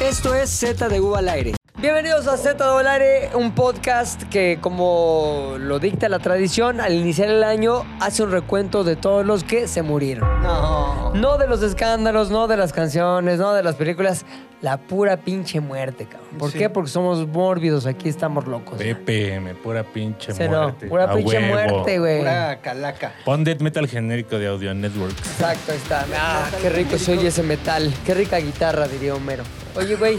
Esto es Z de U al aire. Bienvenidos a Z de U al aire, un podcast que como lo dicta la tradición, al iniciar el año hace un recuento de todos los que se murieron. No. No de los escándalos, no de las canciones, no de las películas, la pura pinche muerte, cabrón. ¿Por Sí. qué? Porque somos mórbidos, aquí estamos locos. BPM, pura pinche Sí, no, muerte. pura A pinche huevo. muerte, güey. Pura calaca. Pon death metal genérico de Audio Networks. Exacto, ahí está. Ah, qué rico se oye ese metal. Qué rica guitarra, diría Homero. Oye, güey,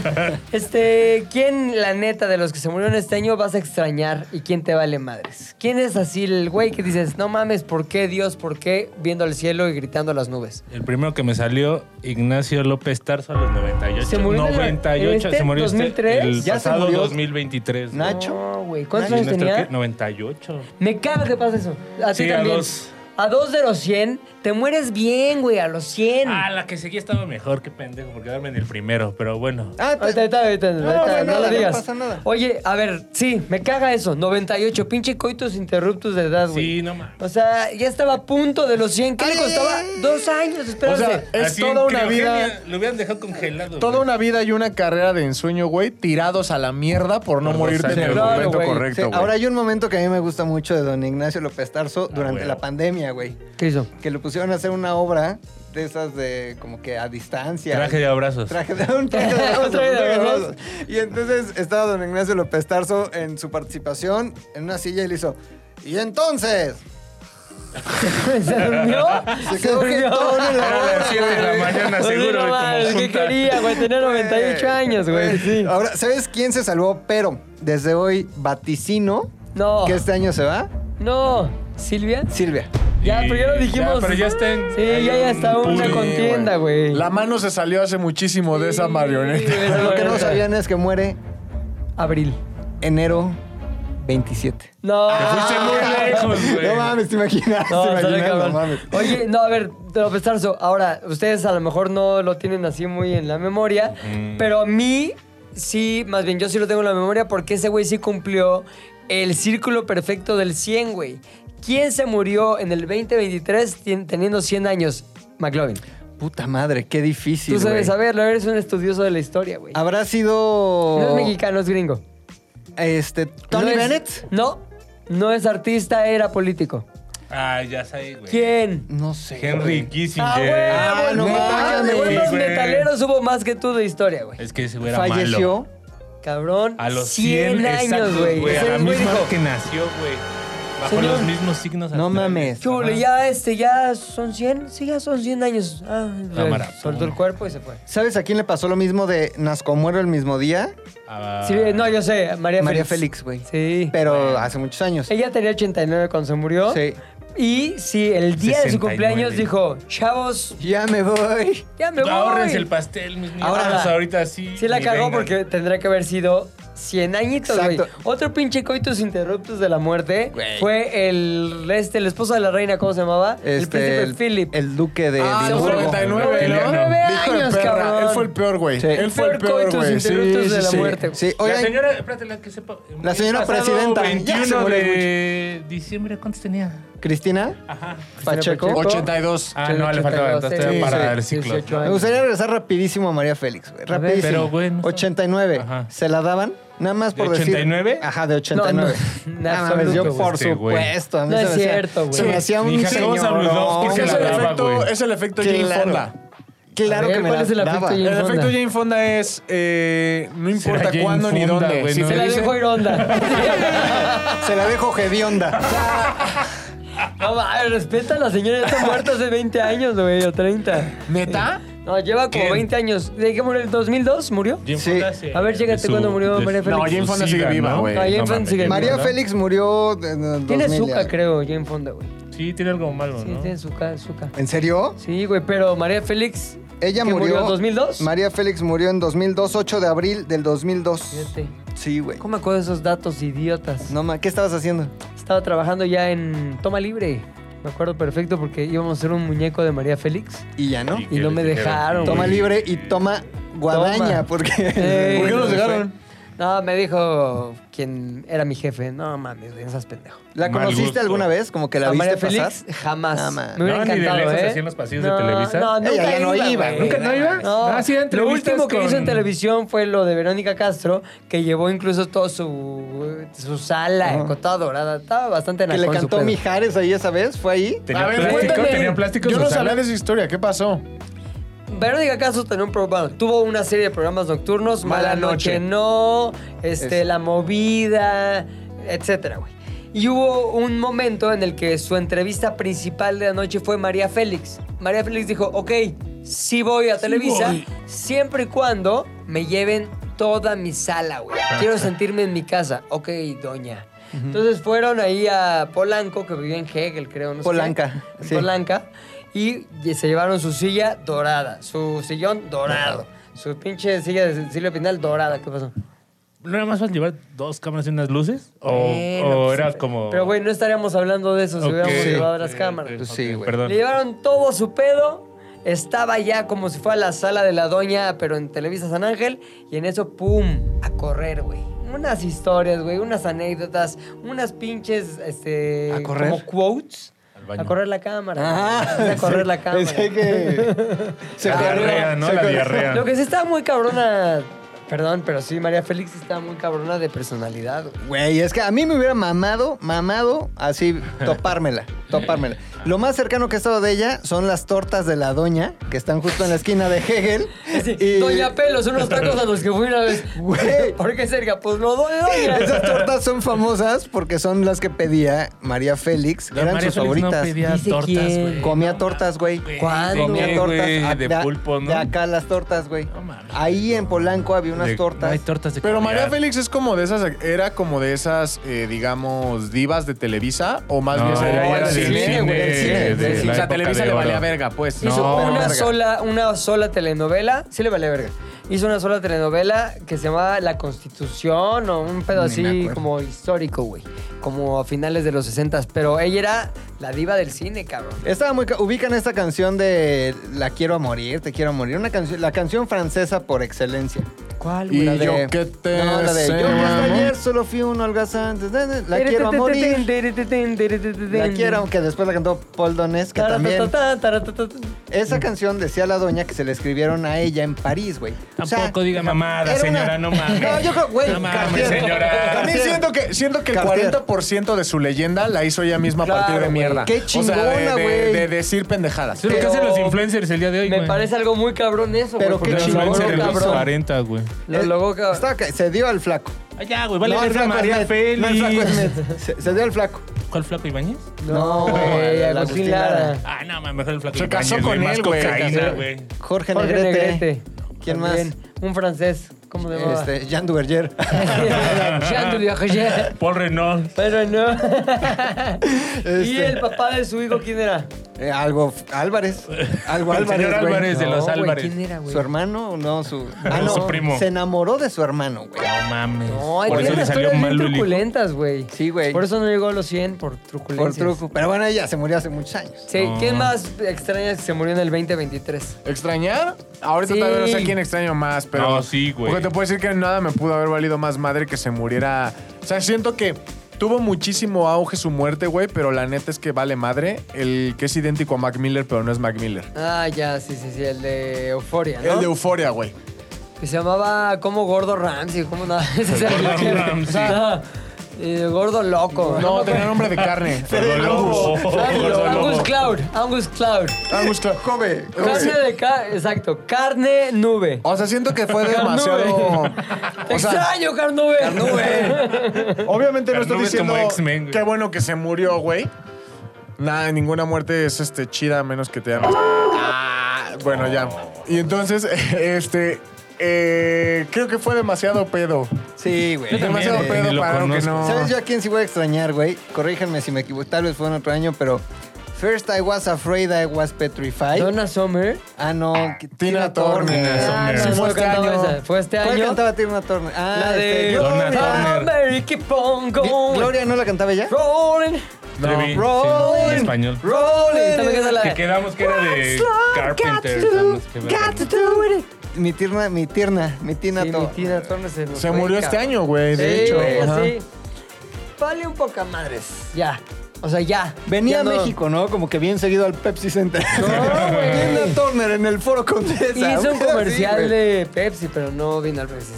este, ¿quién, la neta, de los que se murieron este año vas a extrañar y quién te vale madres? ¿Quién es así el güey que dices, no mames, ¿por qué Dios, por qué? Viendo al cielo y gritando a las nubes. El primero que me salió, Ignacio López Tarso a los 98. Se murió en el- 98, este, se murió este, 2003. el Ya se pasado murió. 2023. ¿no? Nacho. No, güey, ¿cuántos Sí, años nuestro tenía? que- 98. Me caga que pasa eso. A ti Sí, a también. dos. A dos de los 100, te mueres bien, güey, a los 100. Ah, la que seguía estaba mejor, qué pendejo, por quedarme en el primero, pero bueno. Ah, Ahorita, ahorita, ahorita, ahorita, no, no, güey, nada, lo no digas. pasa nada. Oye, a ver, sí, me caga eso. 98, pinche coitus interruptus de edad, güey. sí, no más. O sea, ya estaba a punto de los 100. ¿Qué le Ay, costaba? ay, ay. Dos años, espérate. eh. es toda una vida- Lo hubieran dejado congelado. Toda güey. una vida y una carrera de ensueño, güey, tirados a la mierda por no Por dos morirte en el años. Claro, momento güey. correcto, Sí, güey. ahora hay un momento que a mí me gusta mucho de don Ignacio López Tarso durante Ah, güey. la pandemia, güey. ¿Qué hizo? Que le pusieron a hacer una obra de esas de como que a distancia. Traje de abrazos. Traje de un traje de abrazos, Un traje de un traje de abrazos. abrazos. Y entonces estaba don Ignacio López Tarso en su participación en una silla y le hizo. Y entonces ¿Se durmió? se quedó jetón en la Era obra, las Ah, siete de la güey. mañana, Oye, seguro. no güey, como mames, ¿Qué junta. quería, güey? Tenía 98 años, güey. Sí. Ahora, ¿sabes quién se salvó? Pero desde hoy vaticino No. que este año se va. No. ¿Silvia? Silvia. Ya, pero ya lo dijimos. Ya, pero ya está en- Sí, ya, ya está en una puro. contienda, güey. La mano se salió hace muchísimo de esa marioneta. Sí, Pero lo que no güey. sabían es que muere Abril. enero 27. No. Te fuiste muy lejos, güey. No mames, te imaginas. No, te está bien, imaginas, no cabrón. mames. Oye, no, a ver, López Tarso, ahora, ustedes a lo mejor no lo tienen así muy en la memoria, pero a mí sí, más bien yo sí lo tengo en la memoria porque ese güey sí cumplió el círculo perfecto del 100, güey. ¿Quién se murió en el 2023 tien- teniendo 100 años? McLovin. Puta madre, qué difícil. Tú sabes güey. saberlo, eres un estudioso de la historia, güey. Habrá No es sido. mexicano, es gringo. Este. oh. Tony No es- Bennett. No, no es artista, era político. Ah, ya sé, güey. ¿Quién? No sé. Henry güey. Kissinger. ¡Ah, huevo! Ah, no no mames, mames, güey, los güey. metaleros hubo más que tú de historia, güey. Es que ese güey era Falleció. malo. Cabrón, A los 100, 100, años, exactos, güey. A Ese la güey misma dijo, hora que nació, güey. Bajo Señor, los mismos signos. no astrales. mames. "¿Qué hubo, ya, este, ya son 100, sí, ya son 100 años. Ah, Cámara, pues, soltó el pum. cuerpo y se fue. ¿Sabes a quién le pasó lo mismo de Nazco muero el mismo día? Ah, Sí, no, yo sé, María, María Félix. Félix, güey. Sí. Pero hace muchos años. Ella tenía 89 cuando se murió. Sí. Y sí, el día de su 69. cumpleaños dijo, chavos, Ya me voy. ya me voy. Ahórrense el pastel, mis niños. Ahora- Ahora, ahorita sí. Sí la y cagó vengan. porque tendría que haber sido 100 añitos, güey. Exacto. Otro pinche coitus interruptus de la muerte Güey. fue el este el esposo de la reina, ¿cómo se llamaba? el príncipe Philip. Este, El duque de Ah, Seguro. Edimburgo. 99, ¿no? 99 Hijo de años, perra. cabrón. Él fue el peor, güey. Sí. Él fue el peor, coitus güey. interruptus Sí, de sí, la sí. muerte. güey. Sí, la oigan, señora, espérate, la que sepa. La el señora pasado presidenta, ya se 21 murió de diciembre, ¿cuántos tenía? Cristina Ajá. Pacheco. Pacheco. 82. Ah, no, le faltaba. 82, Entonces sí, para sí, el ciclo. 18 Me gustaría regresar rapidísimo a María Félix, güey. ver. Rapidísimo. Pero, güey, no 89. Ajá. ¿Se la daban? Nada más ¿De por decir. 89? Ajá, de 89. No, no, Nada en mames, yo absoluto, pues, por güey. Este, güey. supuesto. A mí No se es me hacía- cierto, güey. Se me hacía un Dije, ¿cómo se habló? señor. ¿Por Ese qué es la el daba, efecto, güey. es el efecto Jane Claro. Fonda. Claro A ver, que me ¿cuál la es el afecto daba. Jane? El Fonda. efecto Jane Fonda es eh, no importa Será Jane cuándo ni Fonda, dónde. güey, Si ¿no? te Se la dicen- dejó Ironda. Se la dejo hedionda. no, mames, respeta a la señora, ya está muerta hace 20 años, güey, o 30. ¿Neta? No, lleva como ¿Quién? 20 años. ¿De qué murió? ¿El 2002 murió? Jane Sí. Fonda se- A ver, chécate de su- cuándo murió de María su- Félix. No, Jane Fonda sigue SIDA, viva, ¿no? güey. No, Jane No Fonda mames, sigue María viva. Félix murió en en Tiene 2000 azúcar, ya. creo, Jane Fonda, güey. Sí, tiene algo malo, Sí, ¿no? tiene azúcar, azúcar. ¿En serio? Sí, güey, pero María Félix. Ella ¿qué murió. en 2002? María Félix murió en 2002, 8 de abril del 2002. Fíjate. Sí, güey. ¿Cómo me acuerdo de esos datos idiotas? No, ma, ¿qué estabas haciendo? Estaba trabajando ya en Toma Libre. Me acuerdo perfecto porque íbamos a hacer un muñeco de María Félix. Y ya, ¿no? Y no me les dijeron, dejaron, sí, Toma güey. libre y toma guadaña, Toma. porque... Eh, ¿Por qué nos dejaron? No, me dijo quien era mi jefe. No mames, güey, no seas pendejo. ¿La Mal conociste gusto. alguna vez? Como que la ¿A viste María pasar. Félix? Jamás. No, man. me hubiera No, ni de encantado, lejos, ¿eh? así en los pasillos de Televisa. No, Ella nunca ya no iba, güey. ¿Nunca no iba? No. Ah, sí, lo entrevistas último que con- hizo en televisión fue lo de Verónica Castro, que llevó incluso toda su, su sala Ajá. con toda dorada. Estaba bastante Que le nacón su cantó pedo. Mijares ahí esa vez, fue ahí. Tenía A ver, plástico, cuéntame. tenía plástico. en Yo su no sala. sabía de esa historia. ¿Qué pasó? Verónica Castro tenía un programa. Tuvo una serie de programas nocturnos. Mala, Mala noche. Noche. no, este, Eso. La Movida, etcétera, güey. Y hubo un momento en el que su entrevista principal de la noche fue María Félix. María Félix dijo, ok, sí voy a Televisa, siempre y cuando me lleven toda mi sala, güey. Quiero sentirme en mi casa. Ok, doña. Entonces fueron ahí a Polanco, que vivía en Hegel, creo. No sé qué. Polanca, En sí. Polanca. Blanca, y se llevaron su silla dorada, su sillón dorado, su pinche silla de Silvia Pinal dorada. ¿Qué pasó? ¿No era más fácil llevar dos cámaras y unas luces? ¿O, Bueno, o pues, era sí. como.? Pero, güey, no estaríamos hablando de eso si Ok, hubiéramos sí. llevado las ok, cámaras. ok, Pues sí, güey. Perdón. Le llevaron todo su pedo. Estaba ya como si fuera la sala de la doña, pero en Televisa San Ángel. Y en eso, ¡pum! A correr, güey. Unas historias, güey. Unas anécdotas. Unas pinches, este... ¿A correr? Como quotes. Al baño. A correr la cámara. Ah, güey. a correr sí. la cámara. Pensé que se La corrió. diarrea, ¿no? Se La corrió. diarrea. Lo que sí estaba muy cabrona. Perdón, pero sí, María Félix sí estaba muy cabrona de personalidad. güey. Güey, es que a mí me hubiera mamado, mamado, así, topármela, topármela. Lo más cercano que he estado de ella son las tortas de la doña, que están justo en la esquina de Hegel. Sí, y- Doña Pelos, unos tacos a los que fui una vez. Güey. ¿Por qué cerca? Pues lo doy, doña. Esas tortas son famosas porque son las que pedía María Félix. La Eran María sus Félix no favoritas. pedía Dice tortas, quién. güey. Comía tortas, güey. ¿Cuándo? Comía Sí, tortas. güey, ah, de pulpo, ¿no? de acá las tortas, güey. No mames. Ahí en Polanco había unas De- tortas. no hay tortas de Pero caviar. María Félix es como de esas, era como de esas, eh, digamos, divas de Televisa o más No, bien era- No, era el del cine, el de- de del cine. la O sea, época Televisa de le valía oro. verga, pues. Hizo No, una verga. sola, una sola telenovela, sí le vale verga. Hizo una sola telenovela que se llamaba La Constitución o un pedo Ni me así acuerdo. como histórico, güey. Como a finales de los 60 pero ella era la diva del cine, cabrón. Estaba muy ca- ubican esta canción de La quiero a morir, te quiero a morir, una canción, la canción francesa por excelencia. ¿Cuál, Y La yo que te No, la de sé, Yo que hasta amor. ayer solo fui un holgazán. da, da, da, La quiero a morir. La quiero, aunque después la cantó Paul Donés, que también. Esa canción decía la doña que se le escribieron a ella en París, güey. O sea, Tampoco diga mamada, era una- eh, señora, no mames. No, yo creo, güey, No mames, Cartier. señora. También Cartier. siento que, siento que el Cartier. 40% de su leyenda la hizo ella misma a partir Claro, de güey. mierda. Qué O sea, de- chingona, de, güey. de decir pendejadas. Eso es lo que Pero- hacen los influencers el día de hoy, Me güey. parece algo muy cabrón eso, Pero güey. porque qué Los lo chingón, influencers de logró, los cabrón. 40, güey. Lo logró, cabrón. Estaba ca- se dio al flaco. Allá, güey, vale No, al verga flaco María Ahmed. No, al flaco Félix. Ahmed. se, se dio al flaco. ¿Cuál flaco Ibañez? No, güey, la Agustín Agustín Lara. Lara. Ah, no, mames, mejor el flaco Se Ibáñez, casó con más él, güey. cocaína, Se- güey. Eh, Jorge, Jorge Negrete. Negrete. ¿Quién También. Un francés. ¿Cómo se más? llamaba? Este, Jean Duverger. Jean de Diogé. Paul Renault. Pero no. ¿Y Este. el papá de su hijo quién era? Eh, algo f- Álvarez. Algo El Álvarez. señor güey. Álvarez de No, los güey, Álvarez. ¿Quién era, güey? ¿Su hermano? No, su. Ah, No, no. su primo. Se enamoró de su hermano, güey. No mames. No, Por tiene eso le unas salió historias mal bien Luli. truculentas, güey. Sí, güey. Por eso no llegó a los 100, por Por truculencias. truco. Pero bueno, ella se murió hace muchos años. Sí, No. ¿quién más extraña que se murió en el 2023? ¿Extrañar? Ahorita Sí. todavía no sé a quién extraño más, pero. No, sí, güey. Porque te puedo decir que nada me pudo haber valido más madre que se muriera. O sea, siento que tuvo muchísimo auge su muerte, güey, pero la neta es que vale madre el que es idéntico a Mac Miller, pero no es Mac Miller. Ah, ya, sí, sí, sí, el de Euforia, ¿no? El de Euforia, güey. Que se llamaba como Gordo Ramsay, como nada. Ese es el- Gordon Ramsay. Ah, eh, gordo loco. No, tenía nombre de carne. Gordo Lobo. Oh, Gordo Angus, Angus Lobo. Cloud, Angus Cloud. Angus Cloud. Jove. Carne de ca exacto, carne nube. O sea, siento que Oh, fue Carnube. demasiado. Te O sea, extraño, carnube. Obviamente no estoy Carnube diciendo como X-Men, güey. qué bueno que se murió, güey. Nada, ninguna muerte es este, chida a menos que te hayan... Ah, bueno, ya. Y entonces, este... eh, creo que fue demasiado pedo. Sí, güey. también, demasiado eh, ni pedo lo para algo que conozco. no... ¿Sabes yo a quién sí voy a extrañar, güey? Corríjanme si me equivoco. Tal vez fue en otro año, pero. First I was afraid I was petrified. Donna Summer. Ah, no. que- Tina Turner. Ah, Sí, no, fue no este cantaba año. esa. Fue este ¿Cuál año. cantaba Tina Turner? Ah, La de Ah, este, Donna Gloria. Turner. Mary, keep on going. Gloria no la cantaba ella. Rolling. No, Trevi, Rolling. sí, en español. Rolling. También canta la Que de- quedamos que era de It's love, got Carpenter. to do, no sé qué got verga. to do it. mi tierna, mi tierna, mi tina Sí, mi Tina Turner se nos Se fue, murió cabrón. este año, güey, de Sí, hecho. güey, Ajá. sí. Vale un poca madres. Ya. O sea, ya. Venía Ya a no- México, ¿no? Como que bien seguido al Pepsi Center. No, güey. Tina Turner en el Foro Condesa. Hizo un Sí, comercial güey. de Pepsi, pero no vino al Pepsi.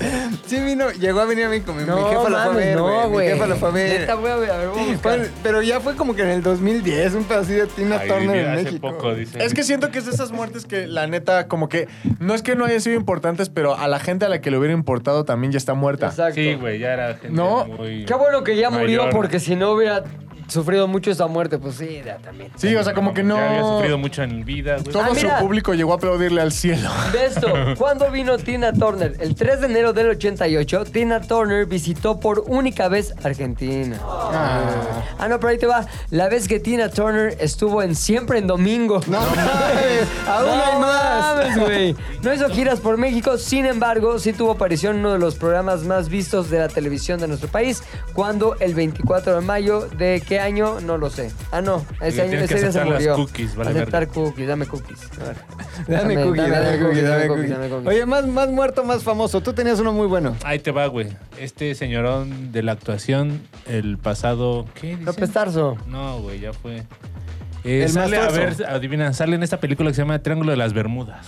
Sí, vino, llegó a venir a mí con mi, mi No, jefa la fue a mames, ver, no, Mi güey. jefa la fue a ver. Neta, voy a ver, a ver, voy a buscar. Fue- pero ya fue como que en el 2010, un pedacito de Tina Ay, Turner en hace México. poco, dice. Es que siento que es de esas muertes que la neta, como que no es que no hayan sido importantes, pero a la gente a la que le hubiera importado también ya está muerta. Exacto. Sí, güey, ya era gente No. muy... Qué bueno que ya murió, mayor. porque si no hubiera sufrido mucho esa muerte. Pues sí, ya también. Sí, o sea, como que no. Ya había sufrido mucho en vida, güey. Todo Ah, su mira. público llegó a aplaudirle al cielo. De esto, ¿cuándo vino Tina Turner? El 3 de enero del 88, Tina Turner visitó por única vez Argentina. Ah, no, pero ahí te va. La vez que Tina Turner estuvo en Siempre en Domingo. No mames, aún No hay más. mames, güey. No hizo giras por México, sin embargo, sí tuvo aparición en uno de los programas más vistos de la televisión de nuestro país. Cuando el 24 de mayo, ¿de qué año? No lo sé. Ah, no, ese, Le año, tienes ese que día se aceptar las murió. cookies, vale Aceptar cookies, dame cookies. A ver. Dame cookie, dame, cookie, dame cookie. dame cookie. Oye, más, más muerto, más famoso. Tú tenías uno muy bueno. Ahí te va, güey. Este señorón de la actuación el pasado... ¿Qué dice? López Tarso. No, güey, ya fue. Eh, El sale, a mastrazo. ver, adivina, sale en esta película que se llama Triángulo de las Bermudas.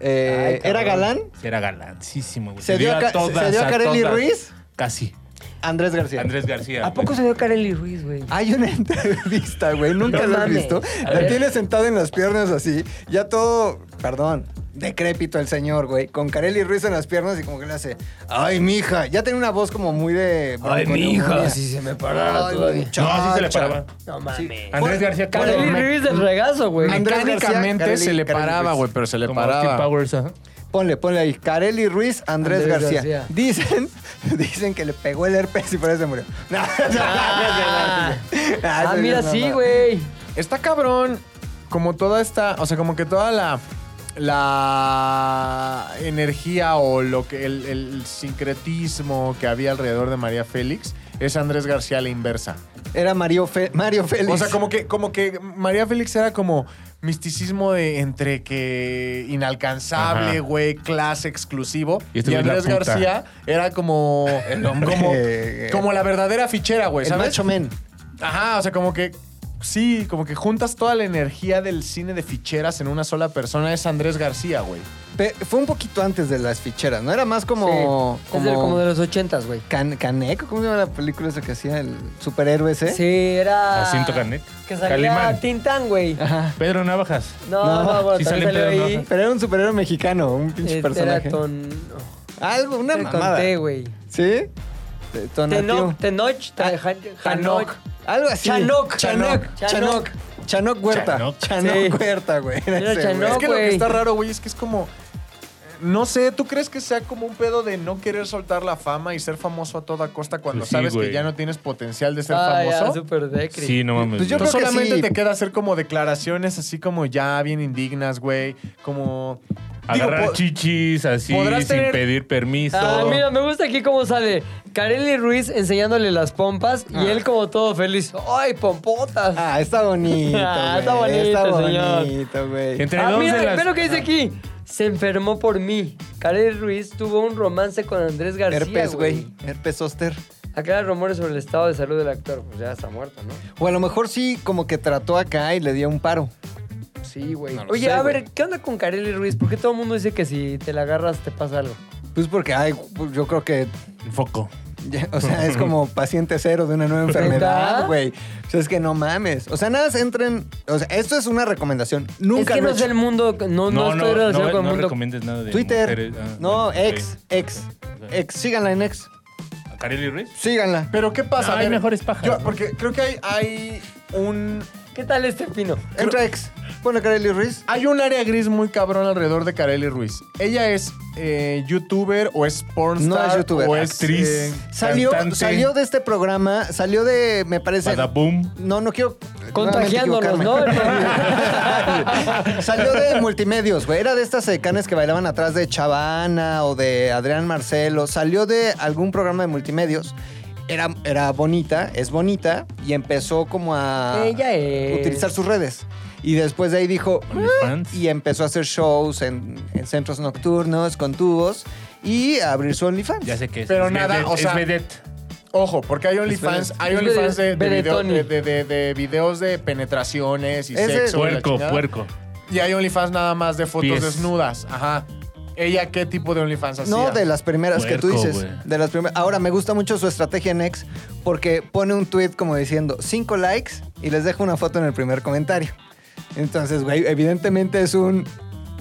Eh, Ay, ¿Era cabrón. galán? Era galantísimo, güey. ¿Se dio a Ca- se dio a Kareli todas. Ruiz? Casi. Andrés García. Andrés García. ¿A poco se dio Kareli Ruiz, güey? Hay una entrevista, güey. Nunca No la has mames. visto. A La ver. tiene sentada en las piernas así. Ya todo, perdón, decrépito el señor, güey. Con Carelli Ruiz en las piernas y como que le hace, ay, mija. Ya tiene una voz como muy de... bronconeumonía. si se me parara Ay, mi todavía. No, sí se le chacha. paraba. No mames. Andrés García Caro. Kareli Ruiz del regazo, güey. Andrés García, Mecánicamente Carelli- se le Carelli paraba, Ruiz. güey, pero se le Como Austin paraba. Powers, ¿eh? ajá. Ponle, ponle ahí. Carelli Ruiz, Andrés, Andrés García. García. Dicen, dicen que le pegó el herpes y por eso se murió. No, no, no, no, no, no. Ah, Ah, Ah, eso mira, es sí, mamá. güey. Está cabrón, como toda esta, o sea, como que toda la la energía o lo que el, el sincretismo que había alrededor de María Félix es Andrés García a la inversa. Era Mario, Fe- Mario Félix. O sea, como que, como que María Félix era como misticismo de entre que inalcanzable, Ajá. güey, clase exclusivo. Y Y, este güey la Andrés puta. García era como, como, como la verdadera fichera, güey, El ¿sabes? macho men. Ajá, o sea, como que sí, como que juntas toda la energía del cine de ficheras en una sola persona es Andrés García, güey. Pe- fue un poquito antes de las ficheras, ¿no? Era más como. Sí. Es Como, del- como de los ochentas, güey. Can- Caneco, ¿cómo se llama la película esa que hacía el superhéroe ese? Sí, era... Jacinto Canek. Que salía Calimán. Tintán, güey. Ajá. Pedro Navajas. No, No, no, bueno, sí también salen salió pedos, ahí. Pero era un superhéroe mexicano, un pinche Eh, personaje. Era ton... Algo, una Te mamada. conté, güey. ¿Sí? Te- Tonatiuh. Tenoch, Tenoch, Ta- Ah, Jan- Tanoc. Janoc. Algo así. Chanoc. Chanoc. Chanoc. Chanoc. Chanoc Huerta. Chanoc. Chanoc Sí. Huerta, güey. Era Era ese, Chanoc. güey. es que lo que güey. está raro, güey, es que es como. No sé, ¿tú crees que sea como un pedo de no querer soltar la fama y ser famoso a toda costa cuando Pues sí, sabes güey. que ya no tienes potencial de ser Ah, ya, famoso? súper decri. Sí, no mames. Pues yo güey. Entonces creo que solamente sí. te queda hacer como declaraciones así como ya bien indignas, güey. Como. digo, Agarrar po- chichis así podrás sin tener- pedir permiso. Ah, mira, me gusta aquí cómo sale Kareli Ruiz enseñándole las pompas y él como todo feliz. ¡Ay, pompotas! Ah, está bonito. Ah, está güey. bonito, Está señor. bonito, güey. Entre Ah, dos mira, de las... ve lo que dice aquí. Se enfermó por mí. Kareli Ruiz tuvo un romance con Andrés García, Herpes, güey. Herpes Oster. Acá hay rumores sobre el estado de salud del actor. Pues ya está muerto, ¿no? O a lo mejor sí, como que trató acá y le dio un paro. Sí, güey. No lo Oye, sé, a ver, güey. ¿qué onda con Kareli Ruiz? ¿Por qué todo el mundo dice que si te la agarras te pasa algo? Pues porque, ay, pues yo creo que, Foco. ya- o sea, es como paciente cero de una nueva enfermedad, ¿Verdad? güey. O sea, es que no mames. O sea, nada, más entren. O sea, esto es una recomendación. Es Nunca que lo no he es hecho. el mundo. No, no, estoy relacionado con no el mundo. recomiendes nada de Twitter. mujeres. Ah, no, bueno, ex, ok. ex, Ok. ex. Síganla en ex. ¿A Kareli Ruiz? Síganla. Pero ¿qué pasa? No, A hay ver, mejores pajas, yo- ¿no? porque creo que hay, hay un ¿Qué tal este pino? Entra ex. Pone Kareli Ruiz. Hay un área gris muy cabrón alrededor de Kareli Ruiz. Ella es eh, youtuber o es pornstar No es youtuber, o es actriz. eh, Salió, Cantante. salió de este programa, salió de, me parece. Badaboom. No, no quiero. Contagiándonos, nuevamente ¿no? equivocarme. Salió de multimedios, güey. Era de estas decanes que bailaban atrás de Chavana o de Adrián Marcelo. Salió de algún programa de multimedios. Era, era bonita, es bonita, y empezó como a Ella es. utilizar sus redes. Y después de ahí dijo, OnlyFans. Ah. y empezó a hacer shows en, en centros nocturnos con tubos y a abrir su OnlyFans. Ya sé que es. Pero es nada, vedette, o sea- Es vedette. Ojo, porque hay OnlyFans, Espera. hay OnlyFans de, de, video- Benetoni. de, de- de- de videos de penetraciones y Ese- sexo. y la Puerco, chingada. puerco. Y hay OnlyFans nada más de fotos Pies. desnudas. Ajá. ¿Ella qué tipo de OnlyFans hacía? No, de las primeras que tú Puerco, dices. güey. De las primeras. Ahora, me gusta mucho su estrategia en X porque pone un tweet como diciendo cinco likes y les dejo una foto en el primer comentario. Entonces, güey, evidentemente es un...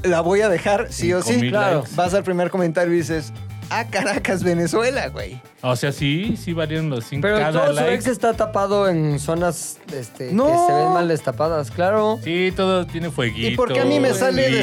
La voy a dejar, sí o Cinco sí. mil Claro. likes. Vas al primer comentario y dices, ah, Caracas, Venezuela, güey. O sea, sí, sí valieron los 5 Pero cada todo su like. ex está tapado en zonas este, que No. se ven mal destapadas, claro. Sí, todo tiene fueguito. ¿Y por qué a mí me sale lit.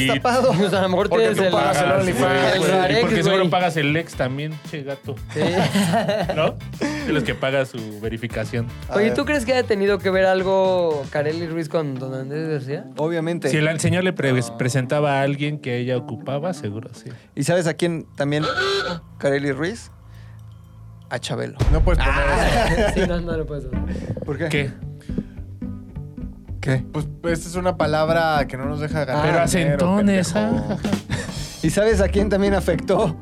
destapado? O sea, a lo mejor Porque tienes tú el, pagas el Pagas, OnlyFans, güey. güey. Y porque Ex, seguro güey. pagas el ex también, che gato. ¿No? De los que paga su verificación. Oye, ¿tú crees que haya tenido que ver algo Carelli Ruiz con Don Andrés García? Obviamente. Si el señor le pre- presentaba a alguien que ella ocupaba, seguro sí. ¿Y sabes a quién también? Carely Ruiz. A Chabelo. No puedes poner Ah. eso. Sí, no, no lo puedes hacer. ¿Por qué? ¿Qué? ¿Qué? Pues esta es una palabra que no nos deja ganar. Pero acentones, Ah, pendejo. ah. ¿Y sabes a quién también afectó?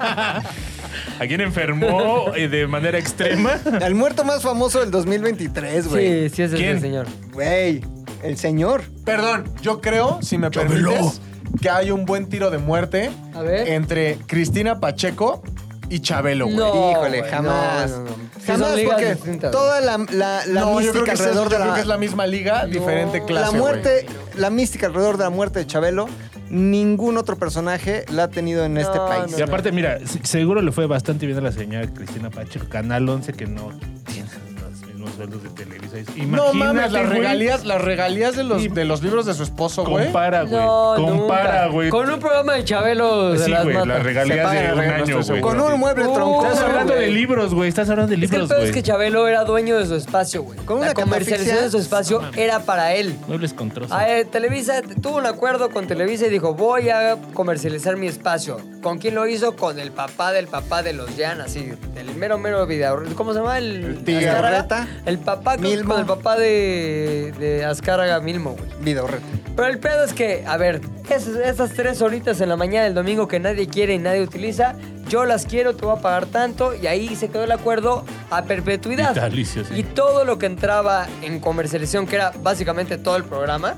¿A quién enfermó eh, de manera extrema? Al muerto más famoso del 2023, güey. Sí, sí es ese ¿Quién? señor. Güey, el señor. Perdón, yo creo, si me Chabelo. permites, que hay un buen tiro de muerte A ver. entre Cristina Pacheco y Chabelo, güey. No, Híjole, güey, jamás. no, no, no. Sí, son Jamás, ligas porque distintas, toda la, la, la No, yo creo mística que, es, eso, alrededor de yo creo la, que es la misma liga, diferente clase. la güey. muerte, la mística alrededor de la muerte de Chabelo, ningún otro personaje la ha tenido en este No, país. no, Y aparte, mira, se- seguro le fue bastante bien a la señora Cristina Pacheco, Canal 11, que no tiene los mismos sueldos de Televisa. No mames, Imagínate, las güey. regalías, las regalías de los, Y- de los libros de su esposo, güey. Compara, Ah, güey. No, Compara, nunca. güey. Pues Con un programa de Chabelo de Sí, las güey, matas. las Se regalías pagan de las un regalías, no año, estoy güey. Con un mueble Uh, troncoso. Estás hablando de güey. libros, güey. Estás hablando de Es que el libros, peor güey. es que Chabelo era dueño de su espacio, güey. Con una La comercialización catafixias, de su espacio era para él. Muebles con trozos. A ver, Ah, eh, Televisa tuvo un acuerdo con Televisa y dijo, voy a comercializar mi espacio. ¿Con quién lo hizo? Con el papá del papá de los Jan, así, el mero mero vida. ¿Cómo se llama? El, El tigre. Azcárraga. Reta. El papá con, Milmo. con el papá de, de Azcárraga Milmo, güey. Vidorreta. Pero el pedo es que, a ver, esas, esas tres horitas en la mañana del domingo que nadie quiere y nadie utiliza, yo las quiero, te voy a pagar tanto, y ahí se quedó el acuerdo a perpetuidad. Vitalicio, sí. Y todo lo que entraba en comercialización, que era básicamente todo el programa,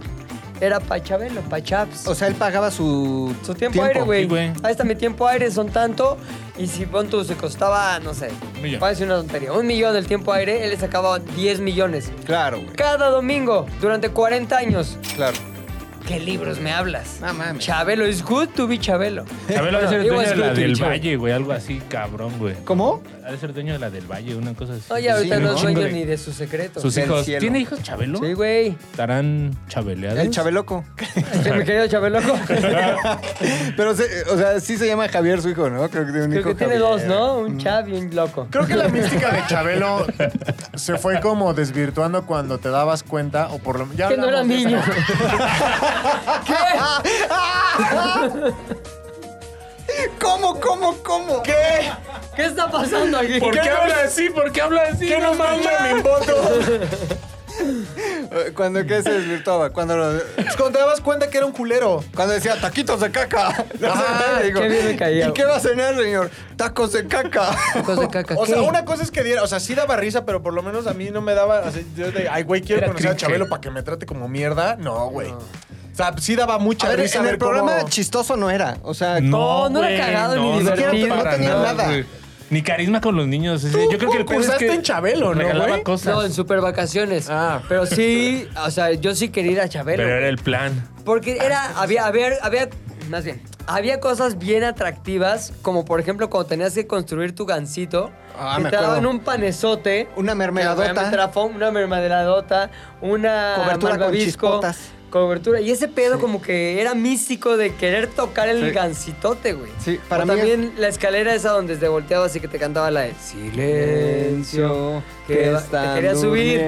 era pa' Chabelo, pa' Chaps. O sea, él pagaba su, su tiempo, aire, sí, güey. güey. Ahí está mi tiempo aire, son tanto. Y si pon tú, se costaba, no sé, millón. parece una tontería. Un millón el tiempo aire, él le sacaba 10 millones. Claro, güey. Cada domingo, durante 40 años. Claro. ¿Qué libros me hablas? No mames. Chabelo, it's good to be Chabelo. Chabelo ha de ser Digo, dueño es de la útil, del chavo. Valle, güey. Algo así, cabrón, güey. ¿Cómo? Ha de ser dueño de la del Valle, una cosa así. Oye, ahorita Sí, no ¿no? es Chingo dueño de- ni de sus secretos. Sus Del hijos. cielo. ¿Tiene hijos Chabelo? Sí, güey. ¿Estarán chabeleados? El Chabeloco. Este, mi querido Chabeloco. Pero, se- o sea, sí se llama Javier su hijo, ¿no? Creo que tiene un Creo hijo que tiene Javier. dos, ¿no? Mm. Un Chab y un loco. Creo que la mística de Chabelo se fue como desvirtuando cuando te dabas cuenta, o por lo menos. Que no era niño. ¿Qué? ¿Cómo, cómo, cómo? ¿Qué? ¿Qué está pasando aquí? ¿Por qué, habla así? ¿Por qué habla así? ¿Qué no mancha mi voto? Eh, Cuando qué se desvirtuaba, cuando lo- Cuando te dabas cuenta que era un culero. cuando decía taquitos de caca. Ah, Digo, qué bien me caía, ¿Y qué va a cenar, señor? Tacos de caca. Tacos de caca. O sea, ¿qué? una cosa es que diera, o sea, sí daba risa, pero por lo menos a mí no me daba. así, yo de, ay, güey, quiero Era conocer a cringe. Chabelo para que me trate como mierda. No, güey. O sea, sí daba mucha A ver, risa. en el ver cómo- programa chistoso no era. O sea, No, no era güey, cagado ni divertido. siquiera No tenía para nada. güey. Ni carisma con los niños. ese- Tú Yo creo que el pedo es concursaste que en Chabelo, ¿no, regalaba güey? cosas. No, en super vacaciones. Ah. Pero sí, o sea, yo sí quería ir a Chabelo. pero era el plan. Porque Ah, era, había, había, había, más bien, había cosas bien atractivas, como por ejemplo cuando tenías que construir tu gancito, Ah, que me te acuerdo. daban un panezote, Una mermeladota. que obviamente era foam, una mermeladota, una Cobertura con malvavisco, chispotas. cobertura, y ese pedo como que era místico de querer tocar el Sí. gancitote, güey. Sí, para O mí es- también la escalera esa donde te volteabas y que te cantaba la de silencio que va- te quería subir.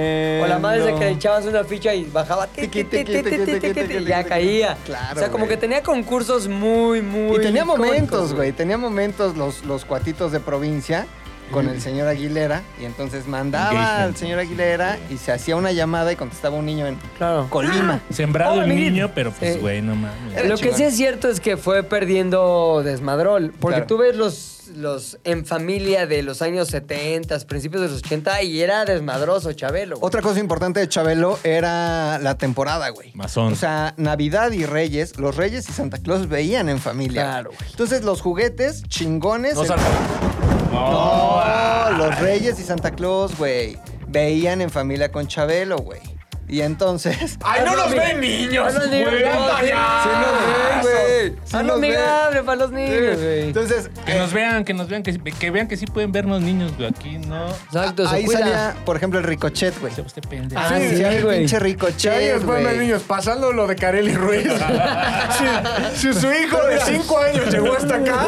O la madre de que le echabas una ficha y bajaba. ti, ti, ti, ti, ti, ti, ti, ti, ti, y Ya caía. Claro, O sea, como güey. que tenía concursos muy, muy. Y tenía icónicos, momentos, güey. Tenía momentos los, los cuatitos de provincia con el señor Aguilera y entonces mandaba Engagement. al señor Aguilera y se hacía una llamada y contestaba un niño en Claro. Colima. Ah. Sembrado Hola, el amiguito. niño, pero pues, Sí. güey, no mames. Era Lo chingón. que sí es cierto es que fue perdiendo desmadrol, porque Claro. tú ves los, los en familia de los años 70, principios de los 80 y era desmadroso Chabelo. güey. Otra cosa importante de Chabelo era la temporada, güey. Mazón. O sea, Navidad y Reyes, los Reyes y Santa Claus veían en familia. Claro, güey. Entonces los juguetes chingones. No en- salta. No, los Reyes y Santa Claus, güey, veían en familia con Chabelo, güey. Y entonces. ¡Ay, no nos mira. ven niños! No nos güey! ven, no, ¡Anda sí. ya! Sí nos ven, güey. Sí Ah, no, nos ven. amigable para los niños, güey. Entonces, Que eh, nos vean, que nos vean, que, sí- que vean que sí pueden vernos niños, güey. Aquí no. Exacto, se ahí cuida. salía, por ejemplo, el ricochet, güey. Se usted pendejo. Ah, Sí, sí, el güey. pinche Sí, ricochet, es bueno, güey. niños, pasando lo de Carelli Ruiz. si, si su hijo de 5 años llegó hasta acá,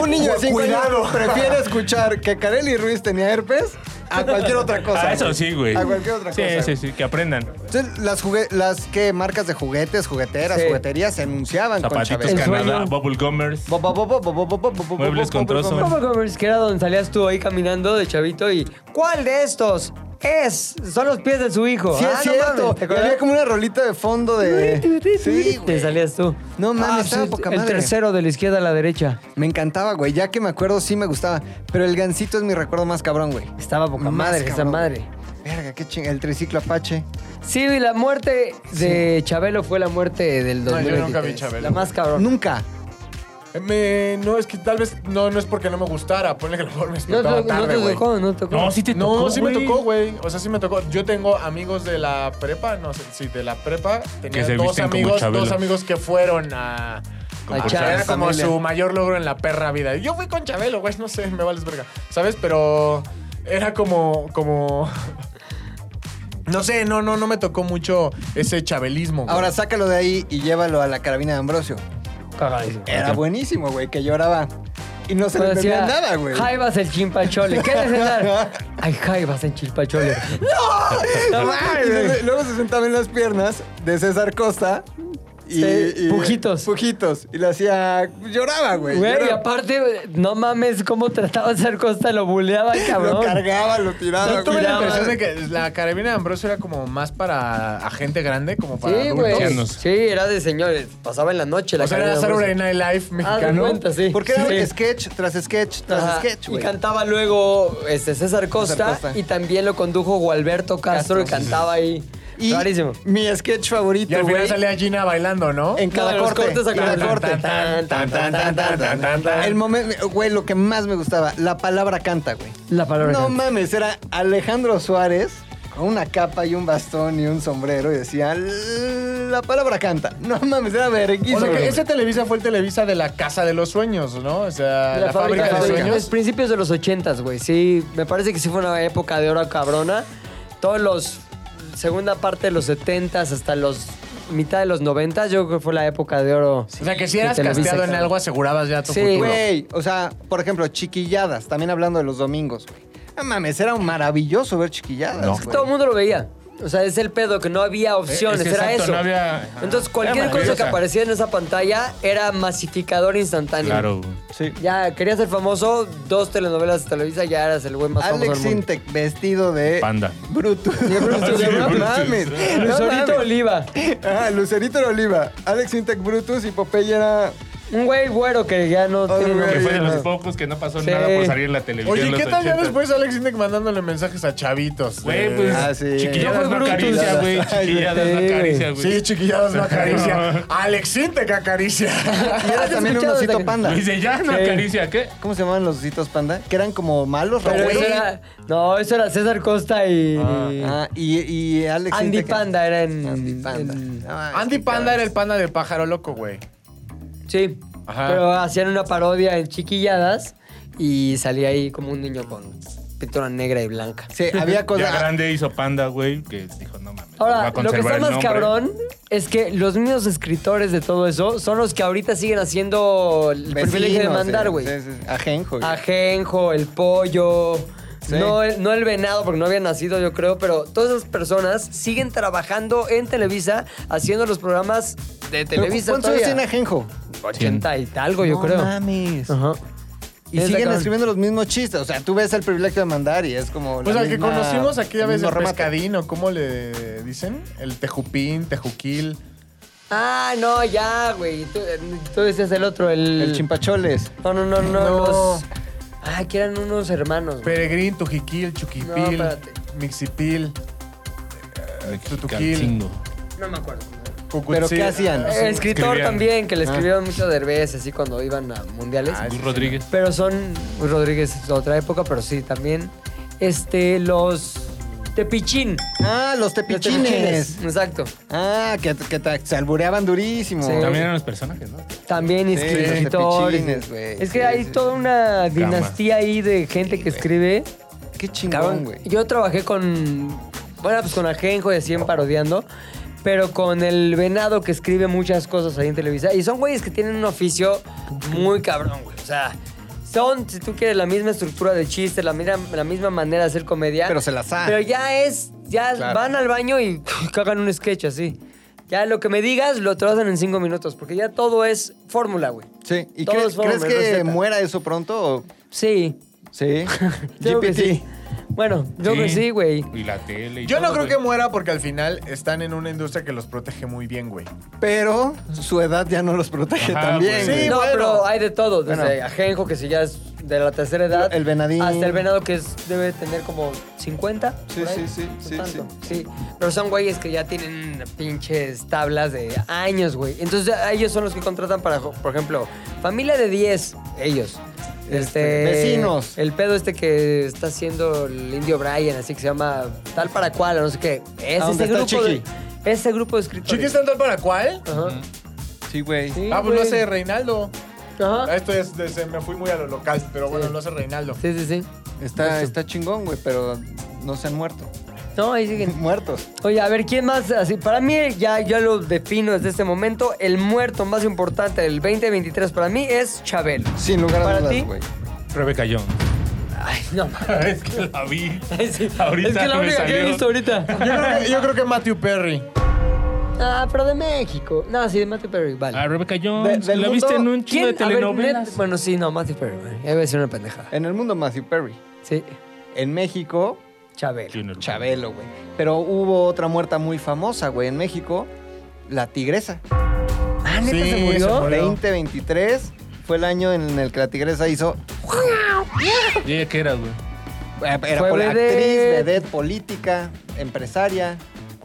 Un niño de 5 Cuidado. años prefiere escuchar que Carelli Ruiz tenía herpes a cualquier otra cosa. Ah, eso sí, güey. A cualquier otra Sí, cosa. sí, sí, que aprendan. Entonces, las, jugue- las ¿qué? marcas de juguetes, jugueteras, Sí. jugueterías se anunciaban con Zapatitos Chabelo. El Canadá, sueño. Bubblegomers. Bo- bo- bo- bo- bo- bo- bo- bo- bo- bo- Muebles bo- con bo- bo- trozo. bo- bo- ¿Cómo commerce? Que era donde salías tú ahí caminando de chavito y ¿cuál de estos es? Son los pies de su hijo. Sí, Ah, es no cierto. mames, ¿te Y había acuerdas? como una rolita de fondo de... Te Sí, güey. salías tú. No mames, Ah, estaba sí, poca El madre. tercero de la izquierda a la derecha. Me encantaba, güey. Ya que me acuerdo, sí me gustaba. Pero el gancito es mi recuerdo más cabrón, güey. Estaba poca Más madre esa cabrón. madre. Verga, qué ching... El triciclo Apache. Sí, y la muerte de Chabelo fue la muerte del No, 2000. yo nunca vi Chabelo. La más cabrón. Nunca. me, no, es que tal vez no, no es porque no me gustara. Ponle que a lo mejor me No, despertaba te- no tarde, te güey. tocó, no te tocó. No, sí te No, tocó. sí me güey. tocó, güey. O sea, sí me tocó. Yo tengo amigos de la prepa, no sé, sí, de la prepa. Tenía se dos visten como amigos, Chabelo. dos amigos que fueron a. Como a- Chabelo. era como Familia. su mayor logro en la perra vida. Yo fui con Chabelo, güey, no sé, me vales verga. ¿Sabes? Pero era como. como no sé, no, no, no me tocó mucho ese chabelismo. güey. Ahora sácalo de ahí y llévalo a la carabina de Ambrosio. Cagadísimo. Era buenísimo, güey, que lloraba. Y no se le Pero entendía decía, nada, güey. Jaivas el chimpachole. ¿Qué es cenar? Ay, Jaivas el chimpachole. ¡No! No Y mames. luego- luego se sentaba en las piernas de César Costa. Y, Sí, y- pujitos. Pujitos. Y lo hacía. Lloraba, güey. Güey, y Lloraba. aparte, no mames cómo trataba de ser Costa, lo buleaba, Lo cabrón. cargaba, lo tiraba. Yo tuve la güey. impresión eh. de que la carabina de Ambrosio era como más para a gente grande, como para Sí, adultos. güey. Ancianos. Sí, era de señores. Pasaba en la noche la O sea, era carrera de Saturday Bruce. Night Live Haz de mexicano. cuenta, sí. Porque era Sí. sketch tras sketch tras Ajá, sketch, y güey. cantaba luego este, César, Costa, Costa. y también lo condujo Gualberto Castro, que cantaba ahí. Y Rarísimo. mi sketch favorito, Y al final güey. salía Gina bailando, ¿no? En cada No, los corte. cortes acá. cada Tan, corte. tan, tan, tan, tan, tan, tan, tan, tan, tan. El momento, güey, lo que más me gustaba, la palabra canta, güey. La palabra No canta. mames, era Alejandro Suárez con una capa y un bastón y un sombrero y decía, la palabra canta. No mames, era O verguísimo. sea, que güey. ese Televisa fue el Televisa de la Casa de los Sueños, ¿no? O sea, la, fábrica, de fábrica. sueños. Es principios de los ochentas, güey. Sí, me parece que sí fue una época de oro cabrona. Todos los... Segunda parte de los setentas hasta los... Mitad de los noventas, yo creo que fue la época de oro. O sea, que si de eras Televisa, casteado en cabrón. algo, asegurabas ya tu Sí, futuro. Güey, o sea, por ejemplo, chiquilladas, también hablando de los domingos, güey. No mames, era un maravilloso ver chiquilladas. No. güey. Todo el mundo lo veía. O sea, es el pedo, que no había opciones, Eh, Es que era exacto, eso. no había- ajá. Entonces, Era cualquier cosa que maravillosa. aparecía en esa pantalla era masificador instantáneo. Claro, güey. Sí. Ya, querías ser famoso, dos telenovelas de Televisa, ya eras el güey más Alex famoso del mundo. Sintec vestido de Panda. Brutus. De Brutus, de no Brutus. mames. no Lucerito mames. Oliva. Ah, Lucerito era Oliva, Alex Intec Brutus y Popeye era... Un güey güero que ya no Ay, tiene güey. Que nombre. fue de los no. pocos que no pasó Sí. nada por salir en la televisión. Oye, en ¿qué los tal ya 80s? después Alex Intec mandándole mensajes a chavitos? Güey, de- pues. Ah, sí. Ya Chiquilladas fue no Brutus. acaricia, güey. Chiquilladas no Sí, acaricia, güey. Sí, chiquilladas no acaricia. Alex Intec acaricia. Y era ¿Has también un escuchado osito de- panda. Pues Dice, ya no Sí. acaricia, ¿qué? ¿Cómo se llamaban los ositos panda? Que eran como malos, Pero raros. eso era- no, eso era César Costa y... Ah, y, y Alex Andy Intec- Panda era en... Andy Panda. Ah, en- No mames, Andy qué Panda era cabrón. el panda de pájaro loco, güey. Sí, Ajá. pero hacían una parodia en Chiquilladas y salía ahí como un niño con pintura negra y blanca. Sí, había Ya cosas... grande hizo panda, güey, que dijo, no mames. va Ahora, a lo que conservar está el más nombre". cabrón es que los mismos escritores de todo eso son los que ahorita siguen haciendo el privilegio de vecinos, mandar, eh, güey. sí, sí, sí. Ajenjo. güey. Ajenjo, el pollo. Sí. No, el, no el venado, porque no había nacido, yo creo, pero todas esas personas siguen trabajando en Televisa, haciendo los programas de Pero, Televisa. ¿Cuántos años todavía. tiene Ajenjo? 80 y algo, yo No creo. mames. Ajá. Y Es la siguen cabrón. escribiendo los mismos chistes. O sea, tú ves el privilegio de mandar y es como. la Pues al que misma- conocimos aquí a el veces, mismo el remate. pescadín o cómo le dicen, el tejupín, tejuquil. Ah, no, ya, güey. Tú, eh, tú decías el otro, el. El chimpacholes. No, no, no, no. No. Los... Ah, que eran unos hermanos. güey. Peregrín, Tujiquil, No, Chuquipil, espérate. Mixipil, Calcingo. No me acuerdo. Cucutzil. ¿Pero qué hacían? El escritor escribían. también, Ah. que le escribieron mucho Derbez, así cuando iban a mundiales. Gus Rodríguez. Pero son Luis Rodríguez es otra época, pero sí, también. Este, los Tepichín. Ah, los Los tepichines. Exacto. Ah, que, que te- se albureaban durísimo. Sí. También eran los personajes, ¿no? También Sí, escri- los escritores. tepichines, güey. es que Sí, hay sí, toda sí. una dinastía ahí de gente que escribe. Qué Cabrón, chingón, güey. yo trabajé con. Bueno, pues con Ajenjo y así en parodiando. Pero con el venado que escribe muchas cosas ahí en Televisa. Y son güeyes que tienen un oficio muy cabrón, güey. O sea, son, si tú quieres, la misma estructura de chiste, la, mira- la misma manera de hacer comedia. Pero se las sabe. Pero ya es. Ya Claro. van al baño y cagan un sketch así. Ya lo que me digas lo trazan en cinco minutos. Porque ya todo es fórmula, güey. Sí. ¿Y Todos crees, fueron crees de que receta. muera eso pronto? o- Sí. Sí. Yo creo que GPT. sí. Bueno, yo creo que sí, güey. Y la tele. y Yo no todo, creo que güey. muera porque al final están en una industria que los protege muy bien, güey. Pero su edad ya no los protege Ajá, también. güey. güey. Sí, no, bueno. pero hay de todo. Desde Bueno. ajenjo, que si ya es de la tercera edad. El venadín. Hasta el venado, que es- debe tener como 50. Sí, por ahí, sí, sí, no sí, tanto. Sí, Pero son güeyes que ya tienen pinches tablas de años, güey. Entonces, a ellos son los que contratan para, jo- por ejemplo, familia de 10, ellos. Este, Este, vecinos. El pedo este que está haciendo el indio Brian, así que se llama tal para cual, o no sé qué. Es ¿A dónde ese está grupo, de, Chiqui? ese grupo de escritores. ¿Chiqui está en tal para cuál? Ajá. Sí, güey. Sí, Ah, pues lo güey. hace Reinaldo. Ah, Ajá. Esto es, de- se me fui muy a lo local, pero bueno, Sí. lo hace Reinaldo. Sí, sí, sí. Está, está chingón, güey, pero no se han muerto. No, ahí siguen. Muertos. Oye, a ver, ¿quién más? Así, para mí, ya yo lo defino desde este momento, el muerto más importante del 2023 para mí es Chabelo. Sin lugar ¿Para a ti? dudas, güey. Rebeca Young. Ay, no. ma- es que la vi. Es, Ahorita es que la me única que he salió. visto ahorita. Yo creo que, yo creo que Matthew Perry. Ah, pero de México. No, sí, de Matthew Perry, vale. A Ah, Rebeca Young. De- del la viste en mundo, un chingo de A ver, telenovelas. net- bueno, sí, no, Matthew Perry. güey. Ya Iba a decir una pendeja. En el mundo, Matthew Perry. Sí, En México, Chabelo. Junior. Chabelo, güey. Pero hubo otra muerta muy famosa, güey, en México. La tigresa. Ah, ¿neta Sí, se se murió? murió. 2023 fue el año en el que la tigresa hizo. eh, ¿Y ella qué era, güey? Era Fue pol- vedette. actriz, vedette, política, empresaria,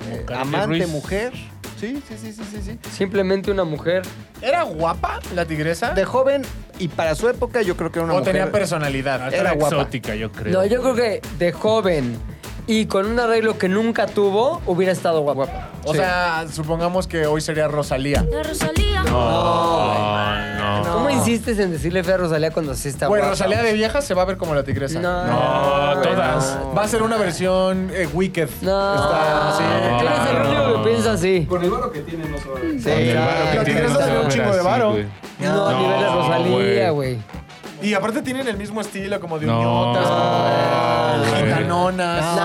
eh, Carly amante, Ruiz. mujer. Sí, sí, sí, sí, sí, sí. Simplemente una mujer. ¿Era guapa la Ah. tigresa? De joven y para su época yo creo que era ¿O una mujer. tenía personalidad? Era Era guapa. Ah, exótica, yo creo. No, yo creo que de joven y con un arreglo que nunca tuvo, hubiera estado guapa. O Sí. sea, supongamos que hoy sería Rosalía. La Rosalía. No, no. ¿Cómo insistes en decirle fe a Rosalía cuando sí está Güey, guapa? Rosalía de vieja se va a ver como la tigresa. No. No, güey, todas. no. Va a ser una versión eh, Wicked. No. Está así. Ah, Tú eres el único que piensa así. Con el barro que tiene, no se va a ver. Sí, Con el varo que La tiene, tigresa no se se ve un va a chingo de ver así, varo. güey. No, a nivel de No, Rosalía, güey. Y aparte tienen el mismo estilo, como de No, Ah, uñotas, como de güey. gitanonas.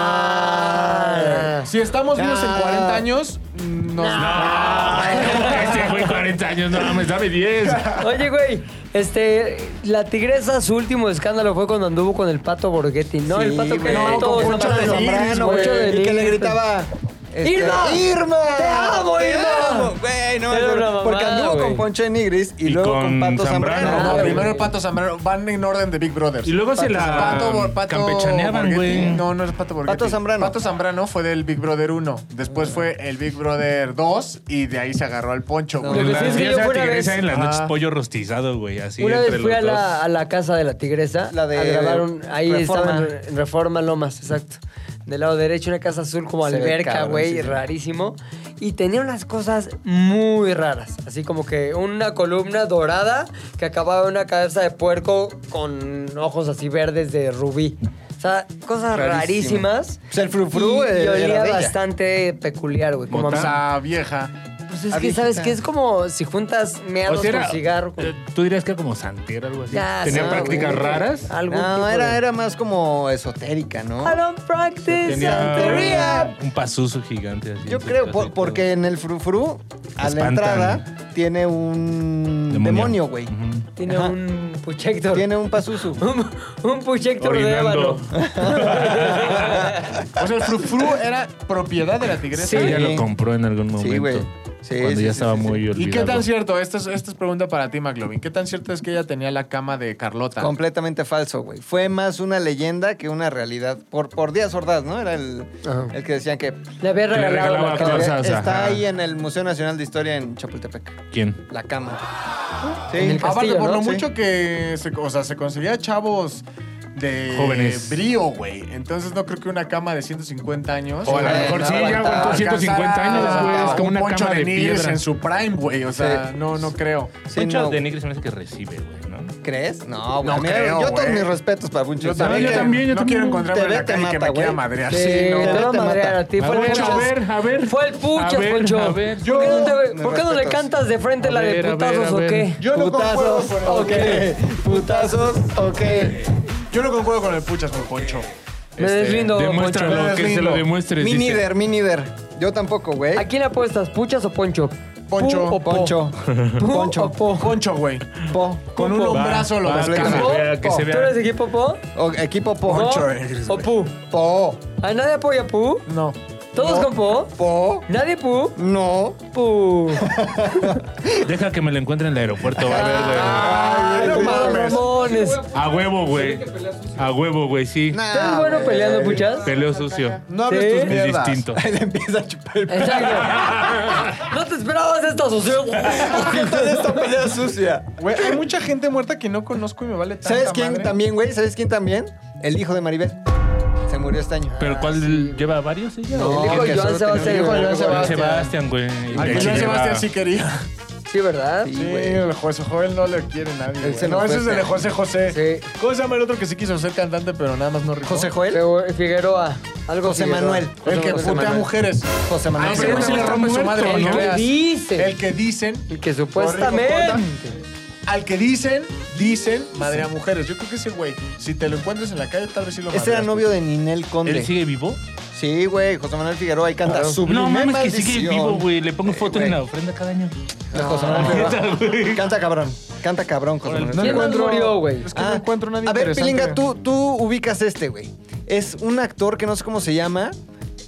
Ah. Si estamos vivos en 40 años, nos... Ah. Ah. No, ese güey 40 años, no mames, dame 10. Oye, güey, este, la tigresa, su último escándalo fue cuando anduvo con el pato Borghetti. No, el pato que güey. no, con Poncho de Zambrano, güey. Y que le gritaba. este, ¡Irma! ¡Irma! ¡Te amo, ¡Te Irma! amo! Güey, no, Era no, una porque mamada, anduvo güey. con Poncho de Nigris y, Y luego con con Pato Zambrano. Zambrano. No, güey. primero el Pato Zambrano. Van en orden de Big Brothers. Y luego se la Pato, Pato campechaneaban, Borghetti. güey. No, no es Pato Borghetti. Pato Zambrano. Pato Zambrano fue del Big Brother 1. Después fue el Big Brother 2 y de ahí se agarró al poncho, Lo que güey. sí es que yo fui una vez- Ah. en las noches Ajá. pollo rostizado, güey, así Una entre vez fui los a la, dos. a la casa de la tigresa. La de a grabar un- ahí Reforma. estaban en Reforma Lomas, exacto. Del lado derecho, una casa azul como Se ve alberca, cabrón, güey, sí, sí. rarísimo. Y tenía unas cosas muy raras. Así como que una columna dorada que acababa en una cabeza de puerco con ojos así verdes de rubí. O sea, cosas Rarísimo. rarísimas. O sea, el frufru, Y, y eh, era olía de ella. bastante peculiar, güey. Como a- Botán. Esa vieja. Pues es a que, ¿sabes viejita. qué? Es como si juntas meados O sea, era- con cigarro. con- eh, Tú dirías que era como santera, algo así. Ya, Tenía sí, prácticas güey. Ah, raras. Algún tipo No, era, de- era más como esotérica, ¿no? I don't practice santería. Tenía un pasuso gigante. Así Yo en su creo, casa por- y todo. porque en el frufru, a la Espantan. entrada, tiene un Demonio. demonio, güey. Ujú. Tiene Ajá. un Puchector. Tiene un pasusu. Un, un Puchector de ébano. Orinando. O sea, el frufru era propiedad de la tigresa. Sí. Ella lo compró en algún momento. Sí, güey. Sí, cuando sí, ya sí, estaba sí, sí. muy olvidado. ¿Y qué tan cierto? Esta es, esta es pregunta para ti, McLovin. ¿Qué tan cierto es que ella tenía la cama de Carlota? Completamente falso, güey. Fue más una leyenda que una realidad. Por, por Díaz Ordaz, ¿no? Era el, Ajá. el que decían que Le había le regalado regalaba la cama. cosas. está ajá. ahí en el Museo Nacional de Historia en Chapultepec. ¿Quién? La cama. Sí. En el Ah, Aparte, castillo, por ¿no? lo Sí. mucho que se, o sea, se conseguía chavos de Jóvenes. brío, güey. Entonces no creo que una cama de 150 años. O a lo eh, mejor no sí, ya aguantaba. aguantó 150 años, güey. Es Alcanzara como un una Poncho cama de Nigris piedra. en su prime, güey. O sea, Sí. no, no creo. sí, Poncho no. de Nigris me parece que recibe, güey, ¿no? ¿Crees? No, güey. No Mira, creo, yo todos güey. mis respetos para Puncho. Yo también, yo que- también, yo no también. quiero encontrarme Te en la ve, te calle que mata, me quiera güey. madrear. Sí, Sí, no. te va a Te madrear mata. a ti. A Fue el ver, pucho. a ver, a ver. Fue el pucho, A ver, Poncho. a ver. ¿Por qué no, te- Me por qué no le respetas. cantas de frente A la ver, de a ver, putazos a o ver. qué? Yo no concuerdo Putazos, con el- ok. Putazos, ok. Yo no concuerdo con el puchas, con Poncho. Me deslindo, Poncho. Este, Demuéstralo, Poncho. que se lo demuestres. Mi dice. líder, mi líder. Yo tampoco, güey. ¿A quién le apuestas? ¿Puchas o Poncho? Poncho. ¿Pu o po? Poncho. ¿Pu o Poncho. po? Poncho, güey. Po. Con un hombrazo lo va, descarga. ¿Po? vea, que se ¿Tú vea. eres equipo Po? O- equipo Po. Poncho, ¿Po? eh, ¿O Pu? Po. ¿A nadie apoya Pu? No. ¿Todos No. con Po? Po. ¿Nadie Pu? No. Pu. Deja que me lo encuentre en el aeropuerto, va a ver, güey. Ay, no no más mames. mamones. A huevo, güey. A huevo, güey, sí. Nah, ¿Tú eres bueno güey. peleando, Puchas? Peleo sucio. No hables Sí. tus Es mierdas. distinto. Le empieza a chupar el Exacto. No te esperabas esta asociación. de esta pelea sucia. Güey, hay mucha gente muerta que no conozco y me vale tanta ¿Sabes quién madre. también, güey? ¿Sabes quién también? El hijo de Maribel. Se murió este año. ¿Pero cuál lleva varios ella? No, el hijo que de Joan solo tenía Sebastián. güey. un hijo, Joan Joan Sebastián. Sebastián, güey. Al que Sí, lleva- Joan Sebastián sí quería. Sí, ¿verdad? Sí, Sí, güey. el José Joel no le quiere nadie. güey. se no, nos ese fue es el de este José José. Sí. ¿Cómo se llama el otro que sí quiso ser cantante, pero nada más no rifó? José Joel. Figu- Figueroa. Algo José Figueroa. Manuel. El que José putea Manuel. mujeres. José Manuel. Ah, ese Figueroa. güey sí le rompe su madre. El no que veas. dice. El que dicen. El que supuestamente. Al que dicen, dicen, madre a mujeres. Yo creo que ese güey, si te lo encuentras en la calle, tal vez sí lo Este era madreas, novio de Ninel Conde. ¿Él sigue vivo? Sí, güey. José Manuel Figueroa ahí canta. Sublime No mames, que maldición. sigue vivo, güey. Le pongo foto güey. en la ofrenda cada año. De José Manuel Figueroa. Canta cabrón. Canta cabrón, José Manuel no ¿Quién Figueroa. más murió, güey? Ah, Es que no encuentro nadie A ver, interesante. Pilinga, tú, tú ubicas este, güey. Es un actor que no sé cómo se llama,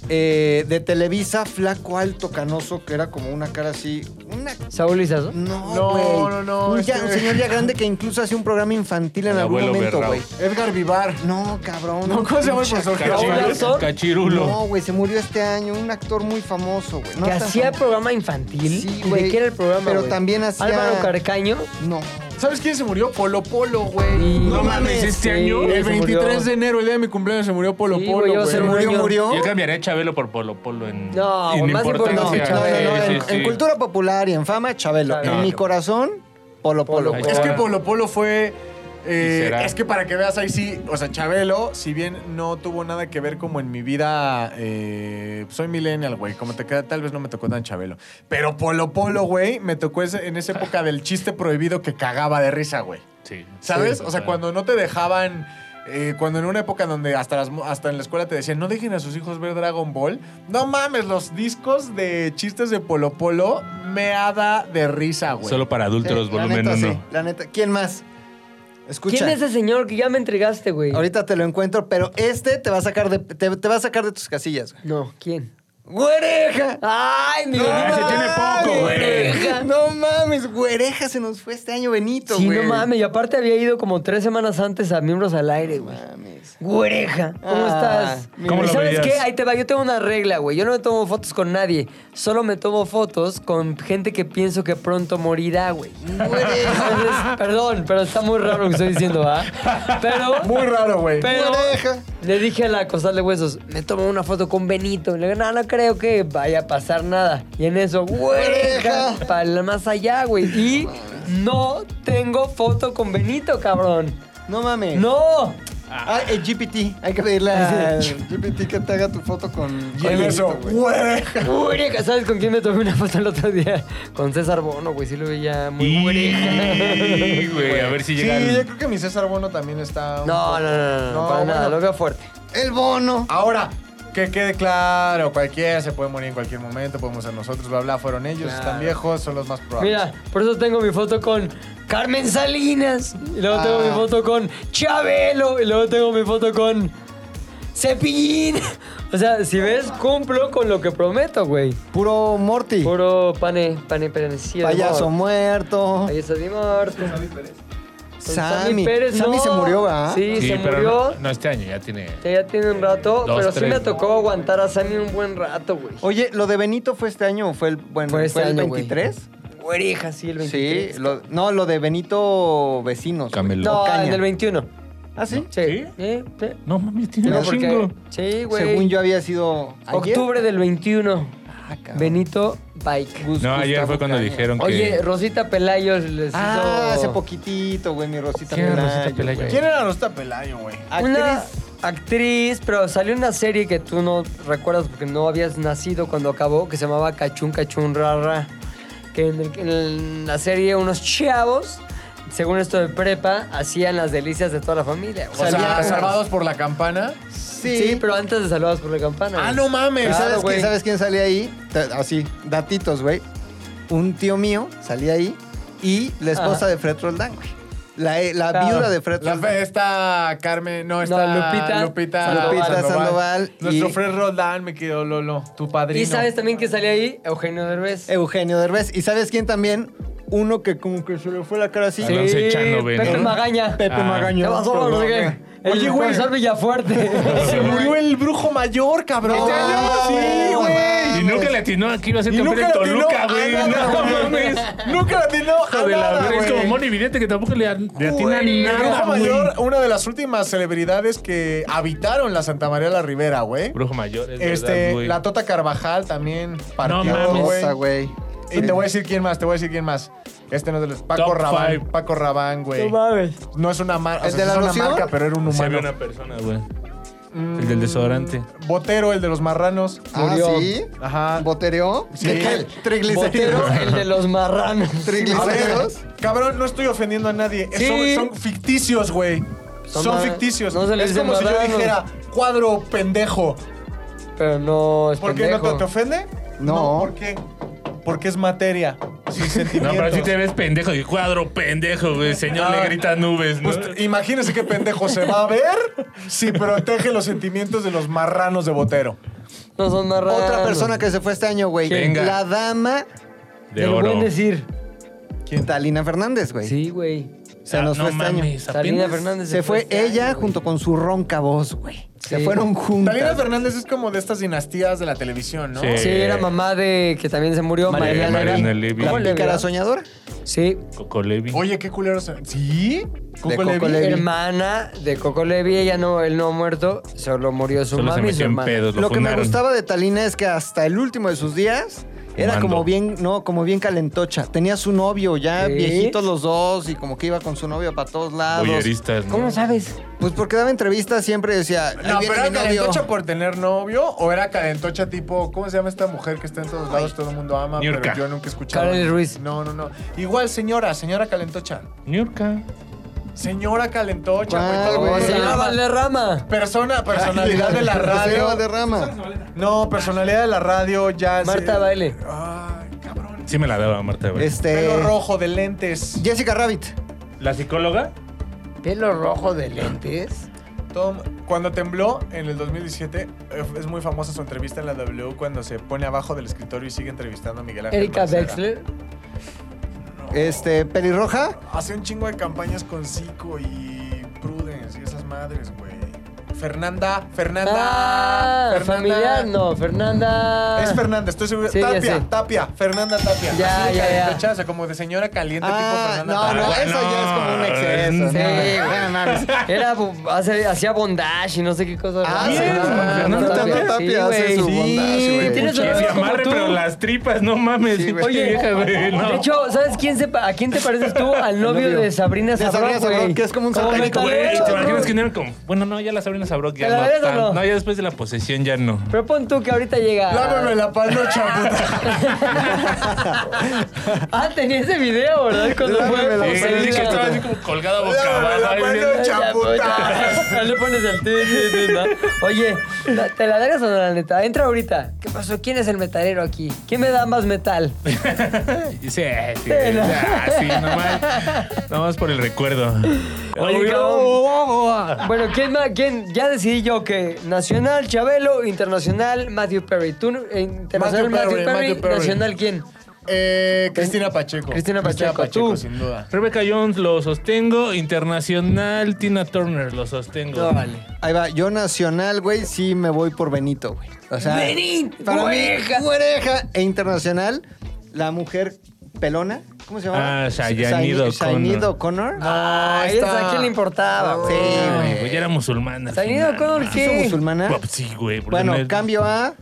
eh, de Televisa, flaco, alto, canoso, que era como una cara así. Una. Saúl Izazo. No, No, güey. no, no, Un, ya- este- un señor ya grande que incluso hacía un programa infantil en El algún abuelo momento, Berrao. güey. Edgar Vivar. No, cabrón. No, ¿cómo se llama el pinche profesor? actor. ¿Un actor? Cachirulo. No, güey, se murió este año. Un actor muy famoso, güey. No que tan hacía famoso. programa infantil. Sí, ¿De güey, qué era el programa? pero güey? también hacía- Álvaro Carcaño. No. ¿Sabes quién se murió? Polo Polo, güey. Y- No mames, ¿este año? se El murió. 23 de enero, el día de mi cumpleaños, se murió Polo Sí, Polo, güey, yo güey. se Se murió, murió. murió. Yo cambiaré a Chabelo por Polo Polo en. No, güey, más No, no, importante, importancia. no, Chabelo. no, Sí, en, sí, en sí. cultura popular y en fama, Chabelo. Chabelo. En mi corazón, Polo Polo. Polo, güey. güey. Es que Polo Polo fue. eh, Y será. es que para que veas ahí sí, o sea, Chabelo, si bien no tuvo nada que ver como en mi vida, eh, soy millennial, güey, como te queda, tal vez no me tocó tan Chabelo, pero Polo Polo, güey, me tocó ese- en esa época del chiste prohibido que cagaba de risa, güey. Sí. ¿Sabes? Sí, o sea, total. cuando no te dejaban. eh, cuando en una época donde hasta, las mu- hasta en la escuela te decían, no dejen a sus hijos ver Dragon Ball. No mames, los discos de chistes de Polo Polo me hada de risa, güey. Solo para adultos, Sí, volumen la neta, 1. sí, la neta. ¿Quién más? Escucha. ¿Quién es ese señor que ya me entregaste, güey? Ahorita te lo encuentro, pero este te va a sacar de, te, te va a sacar de tus casillas. güey. No, ¿quién? ¡Güereja! ¡Ay, mi Ah, ese tiene poco, güey. No mames, güereja se nos fue este año, Benito, Sí, güey. no mames. Y aparte había ido como tres semanas antes a Miembros al Aire, güey. Mames. Güereja, ¿cómo Ah, estás? mira. ¿Cómo ¿Y lo sabes veías? qué? Ahí te va, yo tengo una regla, güey. Yo no me tomo fotos con nadie. Solo me tomo fotos con gente que pienso que pronto morirá, güey. Entonces, perdón, pero está muy raro lo que estoy diciendo, ¿ah? Pero. Muy raro, güey. Pero Güereja. le dije a la costal de huesos, me tomo una foto con Benito. Le digo, no, no creo que vaya a pasar nada. Y en eso, güereja, para el más allá, güey. Y no tengo foto con Benito, cabrón. No mames. ¡No! Ah, el GPT. Hay que pedirle al GPT que te haga tu foto con. Y en con eso, Benito, güey. güereja. Güereja, ¿sabes con quién me tomé una foto el otro día? Con César Bono, güey, sí lo veía muy Y, güereja. güey, a ver si Sí, llega. el- yo creo que mi César Bono también está. un No, poco- no, no, no, no, para bueno. nada, lo veo fuerte. El bono. Ahora, Que quede claro, cualquiera se puede morir en cualquier momento, podemos ser nosotros, bla, bla, fueron ellos, Claro. están viejos, son los más probables. Mira, por eso tengo mi foto con Carmen Salinas. Y luego tengo Ah. mi foto con Chabelo. Y luego tengo mi foto con Cepillín. O sea, si ves, cumplo con lo que prometo, güey. Puro Morty. Puro pane, pane, perecido. Payaso muerto. Payaso de muerto. Con Sammy. Pérez, Sammy no. se murió, ¿verdad? Sí, se pero murió. No, no, este año ya tiene. Que Ya tiene un rato, Dos, pero sí tres, me ¿no? tocó aguantar a Sammy un buen rato, güey. Oye, ¿lo de Benito fue este año o fue el, bueno, Fue fue este el año, güey. 23? Oreja, sí, el 23. Sí, lo- no, lo de Benito Vecinos. güey. Camelo. No, Caña. en el 21. Ah, sí. Sí. ¿Sí? Eh, sí. No mames, tiene No, un porque- chingo. Sí, güey. Según yo había sido ayer. Octubre del 21. Ah, cabrón. Benito Bike. No, ayer fue cuando Caña. dijeron que. Oye, Rosita Pelayos les Ah, hizo hace poquitito, güey, mi Rosita ¿Quién era Pelayo, Rosita Pelayo? güey. ¿Quién era Rosita Pelayo, güey? Actriz. una actriz, pero salió una serie que tú no recuerdas porque no habías nacido cuando acabó, que se llamaba Cachún Cachún Rara. Que en, el- en la serie unos chavos, según esto de prepa, hacían las delicias de toda la familia. O güey. sea, Salía- salvados por la campana. sí. Sí, pero antes de Saludados por la Campana. Ah, güey. no mames. ¿Y claro, ¿sabes, güey. quién, ¿Sabes quién salía ahí? Ta- Así, datitos, güey. Un tío mío salía ahí y la esposa Ajá. de Fred Roldán, güey. La, eh, la Claro. viuda de Fred La Roldán. fe está Carmen, no, está No, Lupita. Lupita, Lupita Sandoval y- Nuestro Fred Roldán, me quedó Lolo, tu padrino. Y sabes también que salía ahí Eugenio Derbez. Eugenio Derbez. ¿Y sabes quién también? Uno que como que se le fue la cara así. Sí. Alonso Echanove, Pepe ¿no? Magaña. Pepe Ah. ¿Qué Magaña. pasó, no sé qué? El Oye, güey. Baltasar Villafuerte. Se murió el brujo mayor, cabrón. Este año, Sí, güey. Y nunca le atinó aquí, iba a ser Y campeón nunca en le atinó Ah, Toluca, a güey. No nada, güey. mames. Nunca la atinó. Hija de la verga. Es como Moni Vidente que tampoco le, at- le atina nada, Brujo güey. Mayor, una de las últimas celebridades que habitaron la Santa María la Ribera, güey. Brujo Mayor, es Este, verdad, güey. la Tota Carvajal también partió, mames. güey. Cosa, güey. Y te voy a decir quién más, te voy a decir quién más. Este no es de los... Paco Top Rabán. five. Paco Rabán, güey. mames. No es una marca, ¿El de la es una loción? marca, pero era un Se ve humano. una persona, güey. El del desodorante. Botero, el de los marranos. Ah, Murió. sí. Ajá. ¿Botereó? Sí. ¿Qué tal? Botero, Triglicéridos. el de los marranos. A ver, Triglicéridos. Cabrón, no estoy ofendiendo a nadie. Sí. Son, son ficticios, güey. Son Son, ma- ficticios. no se les es como dice si yo marranos. dijera cuadro pendejo. Pero no, es ¿Por qué pendejo. no te, te ofende? No. ¿Por qué? Porque es materia. Sin No, sentimientos. pero si te ves pendejo y cuadro pendejo, güey. Señor Ah. le grita nubes, ¿no? Pues, t- imagínese qué pendejo se va a ver si protege los sentimientos de los marranos de Botero. No son marranos. Otra persona que se fue este año, güey. ¿Quién? Venga. La dama De Del oro. buen decir. Talina Fernández, güey. Sí, güey. Se nos Ah, fue no este año. mames, Salina apenas. Fernández Se fue este ella año, güey. junto con su ronca voz, güey. Se Sí. fueron juntas. Talina Fernández es como de estas dinastías de la televisión, ¿no? Sí. Sí, era mamá de que también se murió. Mariana Mariana, Mariana Levy. Levy. ¿Cómo La le pícara verá? soñadora. Sí, Coco Levi. Oye, qué culero. se- ¿Sí? Coco Levi? Levi. hermana de Coco Levi. Ella no, él no ha muerto, solo murió su Solo se mami y su metió en hermana. pedos, lo, Lo que me funaron. gustaba de Talina es que hasta el último de sus días era Fumando. como bien, no, como bien calentocha. Tenía su novio ya, Sí. viejitos los dos, y como que iba con su novio para todos lados. Boyeristas, ¿no? ¿Cómo sabes? Pues porque daba entrevistas siempre decía, "Ahí No, viene pero era mi novio". calentocha por tener novio o era calentocha tipo, ¿cómo se llama esta mujer que está en todos lados, todo el mundo ama, Niurka. pero yo nunca he escuchado? Kareli Ruiz. No, no, no. Igual, señora, señora calentocha. Niurka. Señora calentocha, güey. ¿Cuál, todo güey? el mundo Oh, se Señora la ama. llama Valderrama. Persona, personalidad de la Señora de radio. rama. No, personalidad de la radio ya. Marta se- Baile. Ay, cabrón. Sí me la daba Marta, güey. Este. Pelo rojo de lentes. Jessica Rabbit. ¿La psicóloga? Pelo rojo de lentes. Todo- cuando tembló en el 2017, eh, es muy famosa su entrevista en la W cuando se pone abajo del escritorio y sigue entrevistando a Miguel Ángel. Erika Mancera. Wexler. Este, pelirroja. Hace un chingo de campañas con Zico y Prudence y esas madres, güey. Fernanda, Fernanda. Ah, Fernanda. familiar, no, Fernanda. Es Fernanda, estoy seguro. Sí, ya Tapia, sé. Tapia, Fernanda Tapia. Ya, Así de ya, ya. calentocha, o sea, como de señora caliente, Ah, Este tipo Fernanda no, Tapia. no, bueno. eso ya es como un exceso. ¿no? Sí, güey. No mames. Era, bu- hace- hacía bondage y no sé qué cosa. Ah, raras. sí, Fernanda Fernanda Tapia. Tapia Sí, hace güey. su Sí. bondage, güey. Tiene su Que se como amarre, tú. pero las tripas, no mames. Sí, güey. Oye, vieja, güey. No. De hecho, ¿sabes quién se pa- a quién te pareces tú? Al novio, novio. de Sabrina De Sabrina Sabrón, güey. Sabrón, que es como un satánico, metalero, Güey, ¿te cabrón. imaginas que no era como... Bueno, no, ya la Sabrina Sabrok ya ¿Te la no, ves o tan- no? No, ya después de la posesión ya no. Pero pon tú que ahorita llega. Lávame la panocha, puta. Ah, tenía ese video, ¿verdad? Cuando Lávame fue. la Sí, Sabrina que perseguida. estaba así como colgada boca Lávame abajo. la ahí viendo- panocha, puta. Ahí le pones el ti, ti, ti, ¿no? Oye, ¿te la darías o no, la neta? Entra ahorita. ¿Qué pasó? ¿Quién es el metalero aquí? ¿Quién me da más metal? Sí, sí, sí, ah, sí, nomás, nomás por el recuerdo. Oye, cabrón. Bueno, ¿quién, más- quién? ya decidí yo que Nacional, Chabelo, Internacional, Matthew Perry. Tú, eh, Internacional, Matthew, Matthew Perry, Perry, Matthew Perry. Nacional, ¿quién? Eh, Cristina Pacheco. Cristina Pacheco, tú. sin duda. Rebeca Jones lo sostengo, Internacional Tina Turner lo sostengo. Órale. Ahí va, yo nacional, güey, sí me voy por Benito, güey. O sea, Benito, para oreja. mí, oreja e internacional, la mujer pelona, ¿cómo se llama? Ah, Shayanid O'Connor. O'Connor. Ah, ahí está. esa, ¿A quién le importaba? Sí, Ay, güey. güey, pues ya era musulmana. al Está bien, final. ¿cómo? ¿Sí? ¿Qué? musulmana? Pues Sí, güey. porque Bueno, no es- cambio a...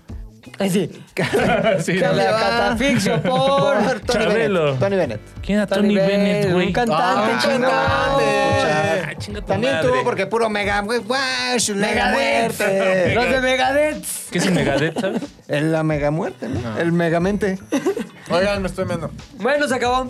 Ay, sí. Sí, La no. Cambio. catafixio por... Por Tony Chabelo. Bennett. Tony Bennett. ¿Quién era Tony Tony Bennett, Bell, güey? Un cantante, Ah, chingado. cantante. Ah, chinga tu También madre. tú, porque puro mega... güey, ¡Guau! su mega Megadeth. muerte! Los de Megadeth. ¿Qué es un Megadeth, sabes? El- La mega muerte, ¿no? Ah. El megamente. Oigan, me estoy viendo. Bueno, se acabó.